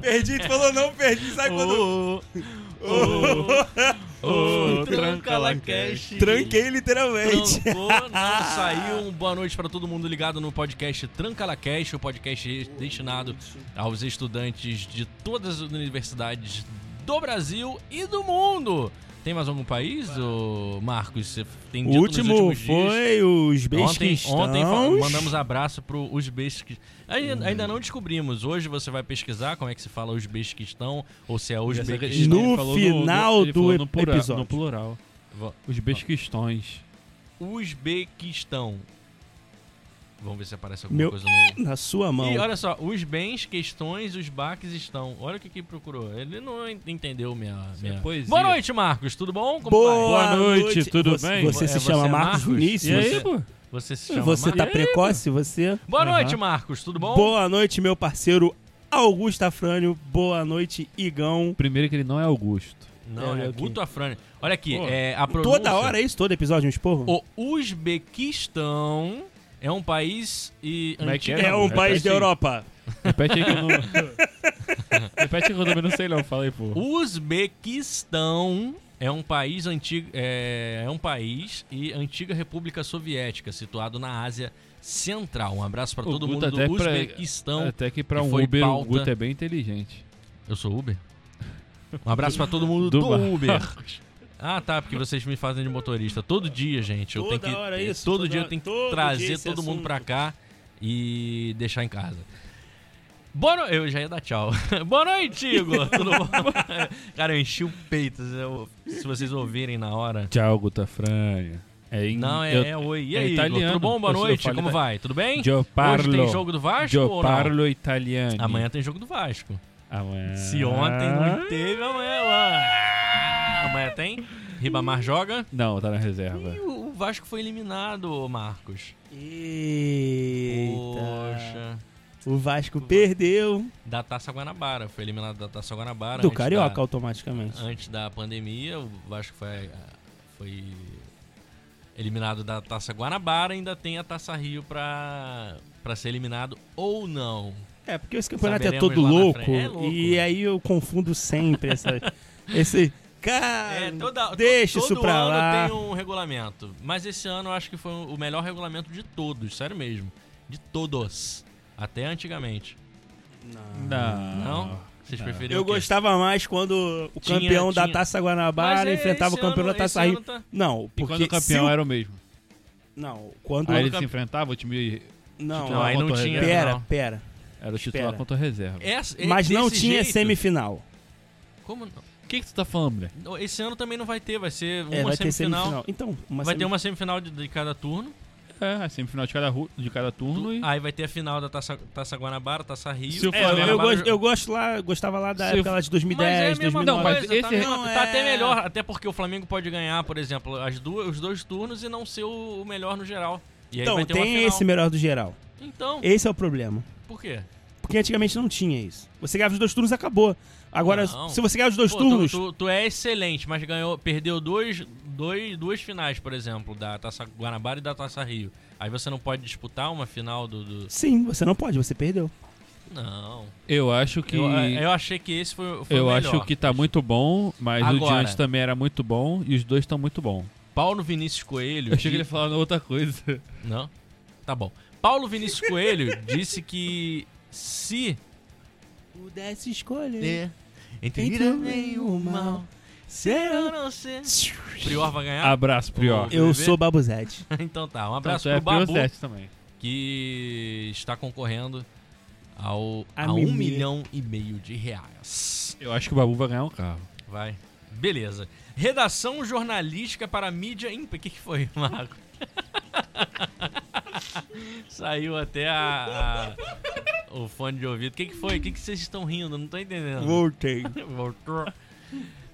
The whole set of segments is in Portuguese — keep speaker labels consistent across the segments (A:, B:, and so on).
A: Perdi, tu falou não, perdi, sai quando.
B: Ô, ô, ô, tranca la cash.
A: Tranquei literalmente.
B: Trancou, não saiu. Um boa noite pra todo mundo ligado no podcast Tranca La Cash, o podcast destinado aos estudantes de todas as universidades do Brasil e do mundo. Tem mais algum país, ô, Marcos? Você tem
A: O
B: dito nos
A: último
B: últimos dias?
A: foi os
B: Ontem,
A: Besquistãos.
B: ontem fa- mandamos abraço pro Uzbekistão. Ainda, ainda não descobrimos. Hoje você vai pesquisar como é que se fala Uzbekistão ou se é Uzbequistão.
A: No final do
C: no
A: ep-
C: plural,
A: episódio.
C: No plural.
B: Va-
C: Os besquistões.
B: Uzbequistão. Vamos ver se aparece alguma
A: Meu-
B: coisa nova.
A: Na sua mão.
B: E olha só, os bens, questões, os baques estão. Olha o que que procurou. Ele não en- entendeu minha.
C: Isso é
B: minha...
C: poesia.
B: Boa noite, Marcos. Tudo bom? Como vai?
C: Boa noite, tudo
A: você,
C: bem?
A: Você se
B: É, você
A: chama
B: é
A: Marcos
B: Marcos?
C: E
A: Vinícius?
C: aí, pô?
B: Você se chama
A: Você tá
B: Marcos?
A: precoce, você?
B: Boa noite,
C: Aham.
B: Marcos. Tudo bom?
A: Boa noite, meu parceiro Augusto Afrânio. Boa noite, Igão.
C: Primeiro que ele não é Augusto.
B: Não,
A: É,
B: é,
A: aqui.
B: Guto Afrani. Olha aqui,
C: Pô,
B: é, a pronúncia...
A: Toda hora é isso? Todo episódio, um esporro?
B: O Uzbequistão é um país e
C: Como é que
B: antigo-
A: É
C: não,
A: um
C: é
A: país
C: assim.
A: da Europa.
C: Repete aí que eu não... Repete aí que eu também não sei não. Fala aí, pô.
B: Uzbequistão é um país antigo é, é um país e antiga República Soviética situado na Ásia Central. Um abraço para
C: O
B: todo
C: Guto
B: mundo
C: até
B: do
C: pra-
B: Uzbequistão.
C: Até que pra
B: que
C: um
B: foi
C: Uber, o
B: pauta.
C: Guto é bem inteligente.
B: Eu sou Uber. Um abraço para todo mundo
C: Do
B: do,
C: Marcos.
B: Uber. Ah, tá, porque vocês me fazem de motorista todo dia, gente. Eu
A: Toda
B: tenho que
A: hora isso,
B: todo
A: toda
B: dia eu
A: hora,
B: tenho que
A: todo dia
B: trazer
A: esse
B: todo mundo
A: assunto.
B: pra cá e deixar em casa. Boa noite. Eu já ia dar tchau. Boa noite, Igor. Tudo bom? Cara, eu enchi o peito. eu- Se vocês ouvirem na hora.
C: Tchau, Guta Franha. É em...
B: Não, é,
C: eu-
B: é oi. E
C: é
B: aí, Igor?
C: italiano.
B: Tudo bom? Boa
C: Eu- eu
B: noite.
C: falo
B: Como
C: ita-
B: vai? Tudo bem?
C: Gio parlo.
B: Hoje tem jogo do Vasco?
C: Gio
B: ou não?
C: parlo italiano.
B: Amanhã tem jogo do Vasco.
C: Amanhã.
B: Se ontem não teve, amanhã. Ah, Amanhã tem. Ribamar joga.
C: Não, tá na reserva.
B: E o o Vasco foi eliminado, Marcos.
A: Eita.
B: Poxa.
A: O Vasco perdeu.
B: Da Taça Guanabara. Foi eliminado da Taça Guanabara.
A: Do
B: antes
A: Carioca,
B: da-
A: automaticamente.
B: antes da pandemia, o Vasco foi, ah, foi eliminado da Taça Guanabara. Ainda tem a Taça Rio pra, pra ser eliminado ou não.
A: É, porque esse campeonato é
B: Saberemos
A: todo
B: lá na
A: louco,
B: frente. É louco.
A: E aí eu confundo sempre essa, esse. Cara,
B: É, toda,
A: Ah, deixa
B: todo
A: isso pra
B: ano
A: lá.
B: tem um regulamento. Mas esse ano eu acho que foi o melhor regulamento de todos, sério mesmo. De todos. Até antigamente.
C: Não.
B: um- Não? Vocês
A: Ah, tá.
B: preferiram
A: Eu
B: o quê?
A: gostava mais quando o
B: Tinha-
A: campeão da
B: tinha.
A: Taça
B: Mas
A: Guanabara
B: é,
A: enfrentava o
B: esse
A: campeão
B: ano-
A: da Taça
B: esse
A: Rio.
B: ano tá-
A: Não,
C: E
A: porque
C: quando o campeão
A: se o-
C: era o mesmo.
A: Não, quando
C: Aí
B: Quando
C: ele
B: cam-
C: se enfrentava, o time
A: não, é
B: Não, aí não
C: Voltou a
B: tinha.
C: regra.
A: pera,
B: não.
A: pera.
C: era o titular
A: Espera.
C: contra a reserva.
B: Essa-
A: Mas
B: desse
A: não tinha
B: jeito.
A: semifinal.
B: Como não?
C: O que, que tu tá falando, moleque?
B: Esse ano também não vai ter, vai ser uma
A: é, vai ter
B: semifinal.
A: semifinal. Então, uma
B: vai ter
A: semifinal.
B: uma semifinal de, de cada turno.
C: É, a semifinal de cada, ru- de cada turno e.
B: Aí vai ter a final da Taça, Taça Guanabara, Taça Rio.
C: Se o
A: É, eu, eu,
B: Guanabara-
A: gosto, eu gosto lá, gostava lá da
C: Se
A: época lá de 2010,
B: mas é a mesma
A: 2009.
C: Não, mas
B: coisa, tá,
C: esse-
B: mesmo-
A: Não,
B: tá
A: é-
B: até melhor, até porque o Flamengo pode ganhar, por exemplo, as duas, os dois turnos e não ser o o melhor no geral. E aí vai
A: Então,
B: ter uma
A: tem
B: final.
A: esse melhor do geral.
B: Então,
A: Esse é o problema.
B: por quê?
A: Porque antigamente não tinha isso. Você ganhava os dois turnos, acabou. Agora,
B: Não.
A: se você ganhar os dois
B: Pô, tu,
A: turnos,
B: tu, tu é excelente, mas ganhou, perdeu dois, dois, duas finais, por exemplo, da Taça Guanabara e da Taça Rio. Aí você não pode disputar uma final do. do-
A: sim, você não pode, você perdeu.
B: Não.
C: Eu acho que.
B: Eu,
C: Eu, é,
B: eu achei que esse foi, foi o melhor.
C: acho que tá muito bom, mas o
B: Agora.
C: Diante também era muito bom e os dois estão muito bom.
B: Paulo Vinícius Coelho.
C: Eu achei que
B: de-
C: ele falando outra coisa.
B: Não? Tá bom. Paulo Vinícius Coelho disse que se
A: Pudesse escolher
B: ter É. o bem e o mal, ser ou né? não ser. Prior vai ganhar?
C: Abraço, Prior.
B: Ô,
A: Eu
B: Bebê?
A: sou Babuzete.
B: Então tá, um
C: Então,
B: abraço
C: tu é
B: pro Babu,
C: Priozete também.
B: que está concorrendo ao,
A: A
B: a, um
A: mimir.
B: milhão e meio de reais.
C: Eu acho que o Babu vai ganhar um carro.
B: Vai. Beleza. Redação jornalística para mídia... imp- O que, que foi, Marco? Saiu até a, a- o fone de ouvido. O que, que foi? O que, que vocês estão rindo? Não tô entendendo.
A: Voltei.
B: Voltou.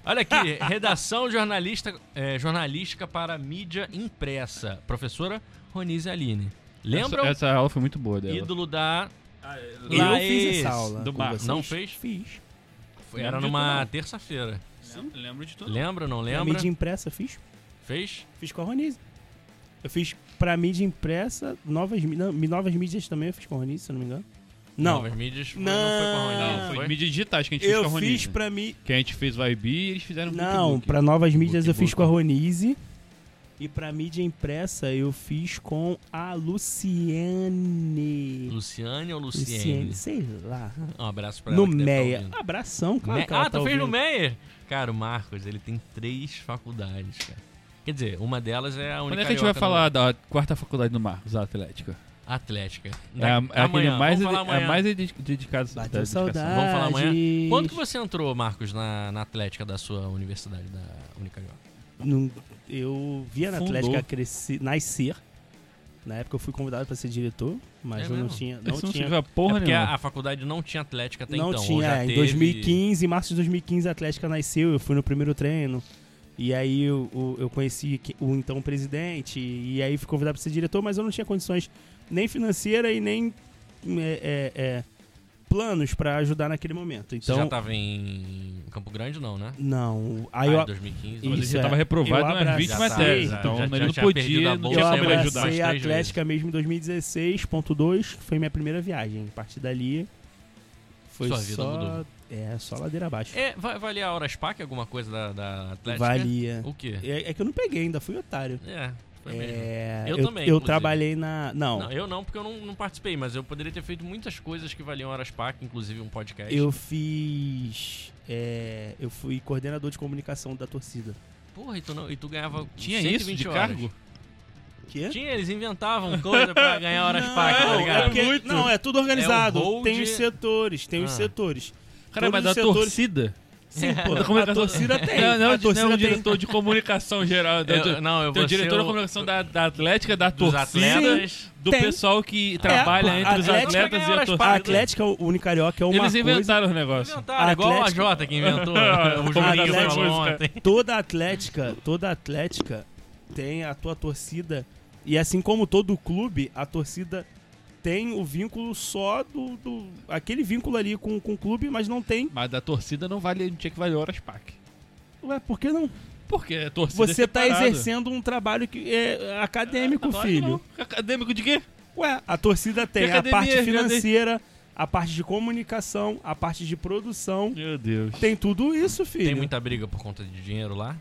B: Olha aqui, redação jornalista, eh, jornalística para mídia impressa. Professora Ronise Aline. Lembram?
C: Essa, essa aula foi muito boa dela.
B: Ídolo da.
C: Ah,
A: Eu fiz essa aula.
C: do
A: com
C: Marcos.
A: vocês.
B: é Não fez?
A: Fiz.
B: Foi- Era
C: Lembro de
B: numa
C: tudo.
B: terça-feira.
C: Lembro, lembro de tudo.
B: Lembra, não
A: Pra
B: lembra?
A: mídia impressa, fiz.
B: Fez?
A: Fiz com a Ronise. Eu fiz pra mídia impressa, novas, mi- não, novas mídias também eu fiz com a Ronise, se eu não me engano. Não.
B: Novas mídias foi-
A: Não.
B: não foi com a Ronda.
C: Não, foi,
B: foi?
C: mídias digitais que a gente fez
A: Eu
C: com a
A: fiz
B: né?
C: Ronise.
A: pra mim.
C: Que a gente fez o IB e eles fizeram com o
A: Não,
C: Book.
A: pra novas mídias eu fiz
C: Bookbook.
A: com a Ronise. E pra mídia impressa eu fiz com a Luciane.
B: Luciane ou Luciene?
A: sei lá.
B: Um abraço pra ela.
A: No
B: que deve tá
A: Meia.
B: ouvindo.
A: Abração, claro.
B: Me-
A: que ela
B: Ah,
A: tá
B: tu fez no
A: ouvindo.
B: Meyer? Cara, o Marcos, ele tem três faculdades, cara. Quer dizer, uma delas é a única
C: Quando é que a gente vai
B: carioca
C: falar da quarta faculdade do Marcos, a Atlética?
B: no- Atlética.
C: É a, é a que ele
B: amanhã.
C: mais,
B: Vamos falar
C: é
B: amanhã.
C: a mais dedi- dedicada. da
A: Bateu
C: dedicação.
A: saudade.
B: Vamos falar amanhã? Quando que você entrou, Marcos, na, na Atlética da sua universidade, da Unicarioca?
A: Não, eu via na
C: Fundou.
A: Atlética crescer, nascer. Na época eu fui convidado pra ser diretor, mas
B: É
A: eu não
B: mesmo?
A: tinha. Não
C: Isso
A: tinha,
C: não significa
B: É
C: porra
B: porque
C: nenhuma.
B: a, a faculdade não tinha Atlética até
A: não
B: então. ou
A: tinha. é,
B: já
A: Em
B: teve-
A: 2015, em março de 2015, a Atlética nasceu. Eu fui no primeiro treino. E aí eu, o- eu conheci que- o então presidente. E aí fui convidado pra ser diretor, mas eu não tinha condições nem financeira e nem é, é, é, planos pra ajudar naquele momento.
B: Você
A: Então.
B: já tá tava em Campo Grande, não, né?
A: Não.
B: Ah,
A: Aí eu,
B: em 2015.
C: Mas ele
A: Isso
C: já
A: é.
C: tava
A: Eu
C: reprovado nas
A: abracei-
C: 20
A: Já
C: matérias.
A: tava,
C: Então
B: já-
C: ele
B: já
C: não
B: tinha perdido a
C: podia, não
B: bolsa,
C: tinha
A: eu
B: Você
C: como ele
B: mais
C: ajudar.
A: abracei a
B: três
A: Atlética mesmo em 2016.2, que foi minha primeira viagem. A partir dali foi
B: Sua vida
A: só
B: mudou.
A: é só ladeira abaixo.
B: É, va- valia a hora SPAC alguma coisa da, da Atlética? um-
A: Valia.
B: O quê?
A: É, é que eu não peguei ainda, fui otário.
B: É, foi mesmo.
A: É,
B: Eu também,
A: Eu
B: inclusive.
A: trabalhei na não,
B: Não, é eu não, porque eu não, não participei, mas eu poderia ter feito muitas coisas que valiam horas PAC, inclusive um podcast.
A: eu fiz é, eu fui coordenador de comunicação da torcida.
B: Porra, e tu, não, e tu ganhava
C: Tinha
B: 120
C: isso de
B: horas.
C: cargo?
A: Que?
B: Tinha, eles inventavam coisa pra ganhar horas
A: não,
B: PAC, tá
A: é
B: ligado?
A: porque- não, é tudo organizado.
B: É o hold-
A: Tem os setores, tem os
B: Ah.
A: setores.
C: Cara,
A: Todos
C: mas da
A: os setores-
C: torcida?
A: Sim, pô,
C: Da
A: a
C: comunicação-
A: torcida tem.
C: Não, não,
A: a torcida
C: não, o
A: tem.
C: um diretor de comunicação geral. da-
B: Eu,
A: Então,
C: do-
B: não, eu
C: Tem
B: vou
C: o diretor
B: ser
C: da
B: o-
C: comunicação da, da Atlética, da
B: dos
C: torcida,
B: atletas.
C: do
A: Tem. É,
C: pessoal que trabalha
A: pô,
C: entre os
A: Atlético
B: é
C: atletas e
B: ganhar
C: a
B: as
A: A
C: torcida.
B: paradas.
A: Atlética, o Unicarioca é uma
C: Eles
A: coisa
C: inventaram o negócio.
B: Inventaram, igual a
A: Atlético-
B: Jota que inventou o joguinho
A: Atlético-
B: falou ontem.
A: toda atlética, toda atlética tem a tua torcida. E assim como todo clube, a torcida tem o vínculo só do. do- aquele vínculo ali com, com o clube, mas não tem.
C: Mas da torcida não vale, não tinha que valer horas PAC.
A: Ué, por que não?
C: Porque a torcida
A: Você
C: é
A: tá
C: separado.
A: exercendo um trabalho que é acadêmico,
B: tá
C: Claro que
A: filho.
C: não. tá, Acadêmico de quê?
A: Ué, a torcida tem
C: Que
A: a
C: academia,
A: parte
C: já dei-
A: financeira, a parte de comunicação, a parte de produção.
C: Meu Deus.
A: Tem tudo isso, filho.
B: Tem muita briga por conta de dinheiro lá?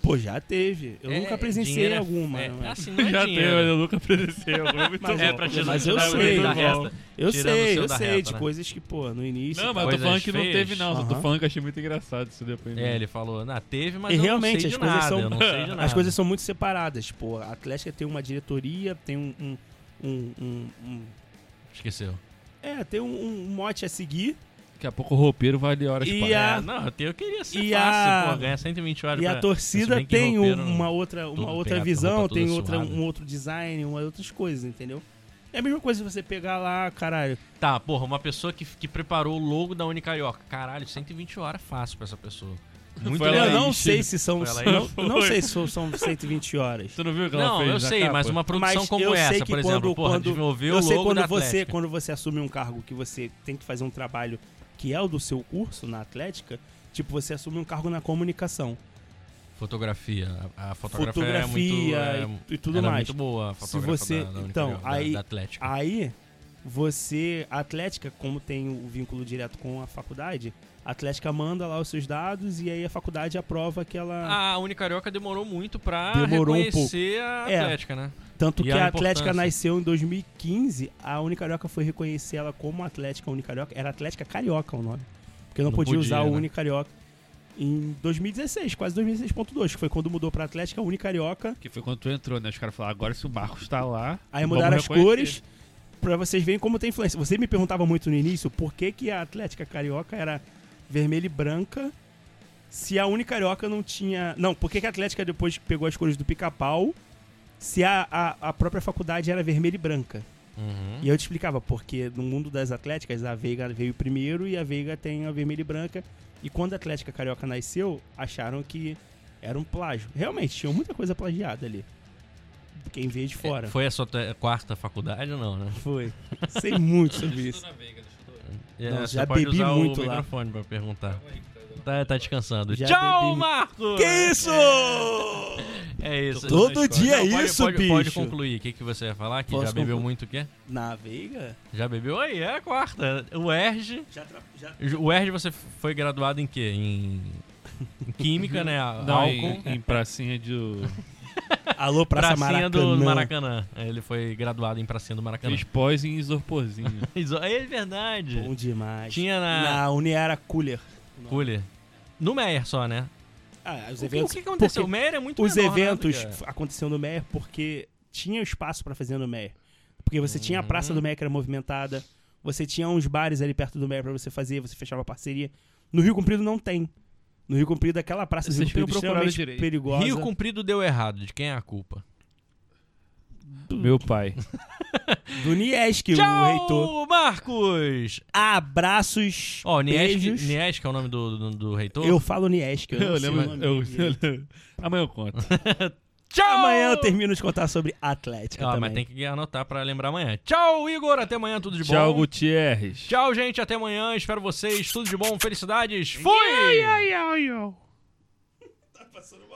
A: Pô, já teve. Eu
B: É,
A: nunca presenciei
B: dinheiro é-
A: alguma.
B: É,
A: não é?
B: assim, não é
C: Já tem,
B: dinheiro.
C: mas eu nunca presenciei. É muito
A: Mas
C: bom.
B: É pra te
A: Mas eu
B: te dar
A: sei.
B: da resta.
A: Eu
B: Tirando o
A: sei,
B: seu
A: eu
B: da
A: sei,
B: reta,
A: de
B: né?
A: coisas que, pô, no início. tá
C: Não, mas eu tô
B: Coisas
C: falando que não
B: feias.
C: teve, não. Só tô
A: Aham.
C: falando que achei muito engraçado isso depois. né?
B: É, ele falou, ah, teve, mas
A: E
B: eu
A: realmente,
B: não sei
A: as
B: de
A: coisas
B: nada,
A: são-
B: eu não sei de nada.
A: As coisas são muito separadas, pô. A Atlética tem uma diretoria, tem um. um- um- um- um-
B: Esqueceu.
A: é, tem um, um mote a seguir.
C: Daqui a pouco o roupeiro vale horas
A: E
C: pagas.
A: a-
B: É, não, eu, te- eu queria ser
A: e
B: fácil,
A: a-
B: pô, ganhar 120 horas
A: e
B: pra...
A: a torcida
B: bem que
A: tem um,
B: roupeiro,
A: uma outra, uma
B: tudo
A: outra
B: pegado,
A: visão,
B: roupa toda
A: tem outra,
B: suada.
A: um outro design, uma, outras coisas, entendeu? É a mesma coisa você pegar lá, caralho.
B: Tá, porra, uma pessoa que, que preparou o logo da Unicarioca. Caralho, 120 horas é fácil pra essa pessoa. Muito
C: Foi ela
A: eu
B: legal.
C: aí,
A: não sei
C: Chile.
A: se são.
B: Foi ela aí?
A: Não, não
C: Foi.
A: sei se são 120 horas.
C: Você não viu o que ela
B: Não,
C: fez
B: eu
C: na
B: sei,
C: capa?
B: mas uma produção
A: Mas
B: como
A: eu sei
B: essa,
A: que
B: por exemplo,
A: quando-
B: porra,
A: quando-
B: desenvolver
A: Eu
B: o
A: sei
B: logo
A: quando
B: da
A: você,
B: Atlética.
A: quando você assume um cargo que você tem que fazer um trabalho que é o do seu curso na Atlética, tipo, você assume um cargo na comunicação,
B: Fotografia. A, a fotografia,
A: fotografia,
B: é muito...
A: e, e tudo
B: ela é
A: mais.
B: muito boa, a
A: Se
B: fotógrafa
A: você-
B: da, da
A: então,
B: Unicarioca, da-
A: aí-
B: da Atlética.
A: Aí, você, a Atlética, como tem o vínculo direto com a faculdade, a Atlética manda lá os seus dados e aí a faculdade aprova aquela.
B: A Unicarioca demorou muito pra
A: Demorou um
B: reconhecer a
A: É.
B: Atlética, né?
A: Tanto
B: e
A: que
B: a
A: a Atlética
B: importância.
A: nasceu em 2015, a Unicarioca foi reconhecer ela como Atlética Unicarioca. Era Atlética Carioca o nome. Porque não,
B: Não
A: podia,
B: podia,
A: usar o
B: né?
A: Unicarioca. Em 2016, quase 2016.2, que foi quando mudou pra Atlética Unicarioca.
C: Que foi quando tu entrou, né? Os caras falaram, agora se o Marcos tá lá...
A: Aí
C: vamos
A: mudaram as
C: reconhecer.
A: cores pra vocês verem como tem influência. Você me perguntava muito no início por que, que a Atlética Carioca era vermelha e branca se a Unicarioca não tinha... Não, por que, que a Atlética depois pegou as cores do pica-pau se a, a, a própria faculdade era vermelha e branca?
B: Uhum.
A: E eu te explicava, porque no mundo das atléticas, a Veiga veio primeiro e a Veiga tem a vermelha e branca. E quando a Atlética Carioca nasceu, acharam que era um plágio. Realmente, tinha muita coisa plagiada ali. Quem vê de fora.
B: É, Foi a sua te- quarta faculdade ou não, né?
A: foi. Sei muito sobre isso.
B: É,
A: Não,
B: você
A: já
B: pode
A: bebi
B: usar
A: muito
B: o
A: lá.
B: microfone pra perguntar. Tá, tá descansando.
A: Já
B: Tchau,
A: bebi-
B: Marcos!
A: Que isso?
B: É isso.
A: Todo
B: Não,
A: dia é
B: pode-
A: isso,
B: pode,
A: bicho.
B: Pode concluir. O que, que você ia falar? Que
A: Posso
B: já bebeu
A: concluir?
B: muito o quê?
A: Navega?
B: Já bebeu? Aí, é a quarta. O ERG...
A: Já, tra- já-
B: O ERG você foi graduado em quê? Em... em Química, né?
C: Não,
B: Álcool.
C: em, em pracinha de.
A: Alô, Praça
B: pracinha
A: Maracanã.
B: do Maracanã. Ele foi graduado em Pracinha do Maracanã.
C: Fiz pós em isoporzinho.
B: Iso- É verdade.
A: Bom demais.
B: Tinha na-
A: Na Uniara Cooler.
B: Cooler. No Meyer só, né?
A: Ah, os
B: O que-
A: eventos...
B: o que, que aconteceu? O
A: porque
B: Meyer é muito
A: Os
B: menor, né,
A: eventos
B: do que-
A: f- aconteciam no Meyer porque tinha espaço pra fazer no Meyer. Porque você tinha a Praça do Meyer que era movimentada, você tinha uns bares ali perto do Meyer pra você fazer, você fechava parceria. No Rio Comprido não tem. No Rio Comprido, aquela praça do Rio
C: Vocês
A: Comprido é
C: tinham procurado
A: extremamente
C: direito.
A: perigosa.
B: Rio Cumprido deu errado. De quem é a culpa?
C: Meu pai.
A: Do Nieski, o reitor.
B: Tchau, Marcos!
A: Abraços,
B: Ó, oh,
A: beijos.
B: Niesk é o nome do, do, do reitor?
A: Eu falo Nieski. Eu, não
C: Eu
A: sei o
C: lembro.
A: nome
C: Eu,
A: dele.
C: eu- amanhã eu conto.
B: Tchau!
A: Amanhã eu termino de contar sobre Atlética
B: Ah,
A: também.
B: mas tem que anotar pra lembrar amanhã. Tchau, Igor! Até amanhã, tudo de bom.
C: Tchau, Gutierrez.
B: Tchau, gente! Até amanhã. Espero vocês. Tudo de bom. Felicidades. Fui!
C: Tchau, tchau.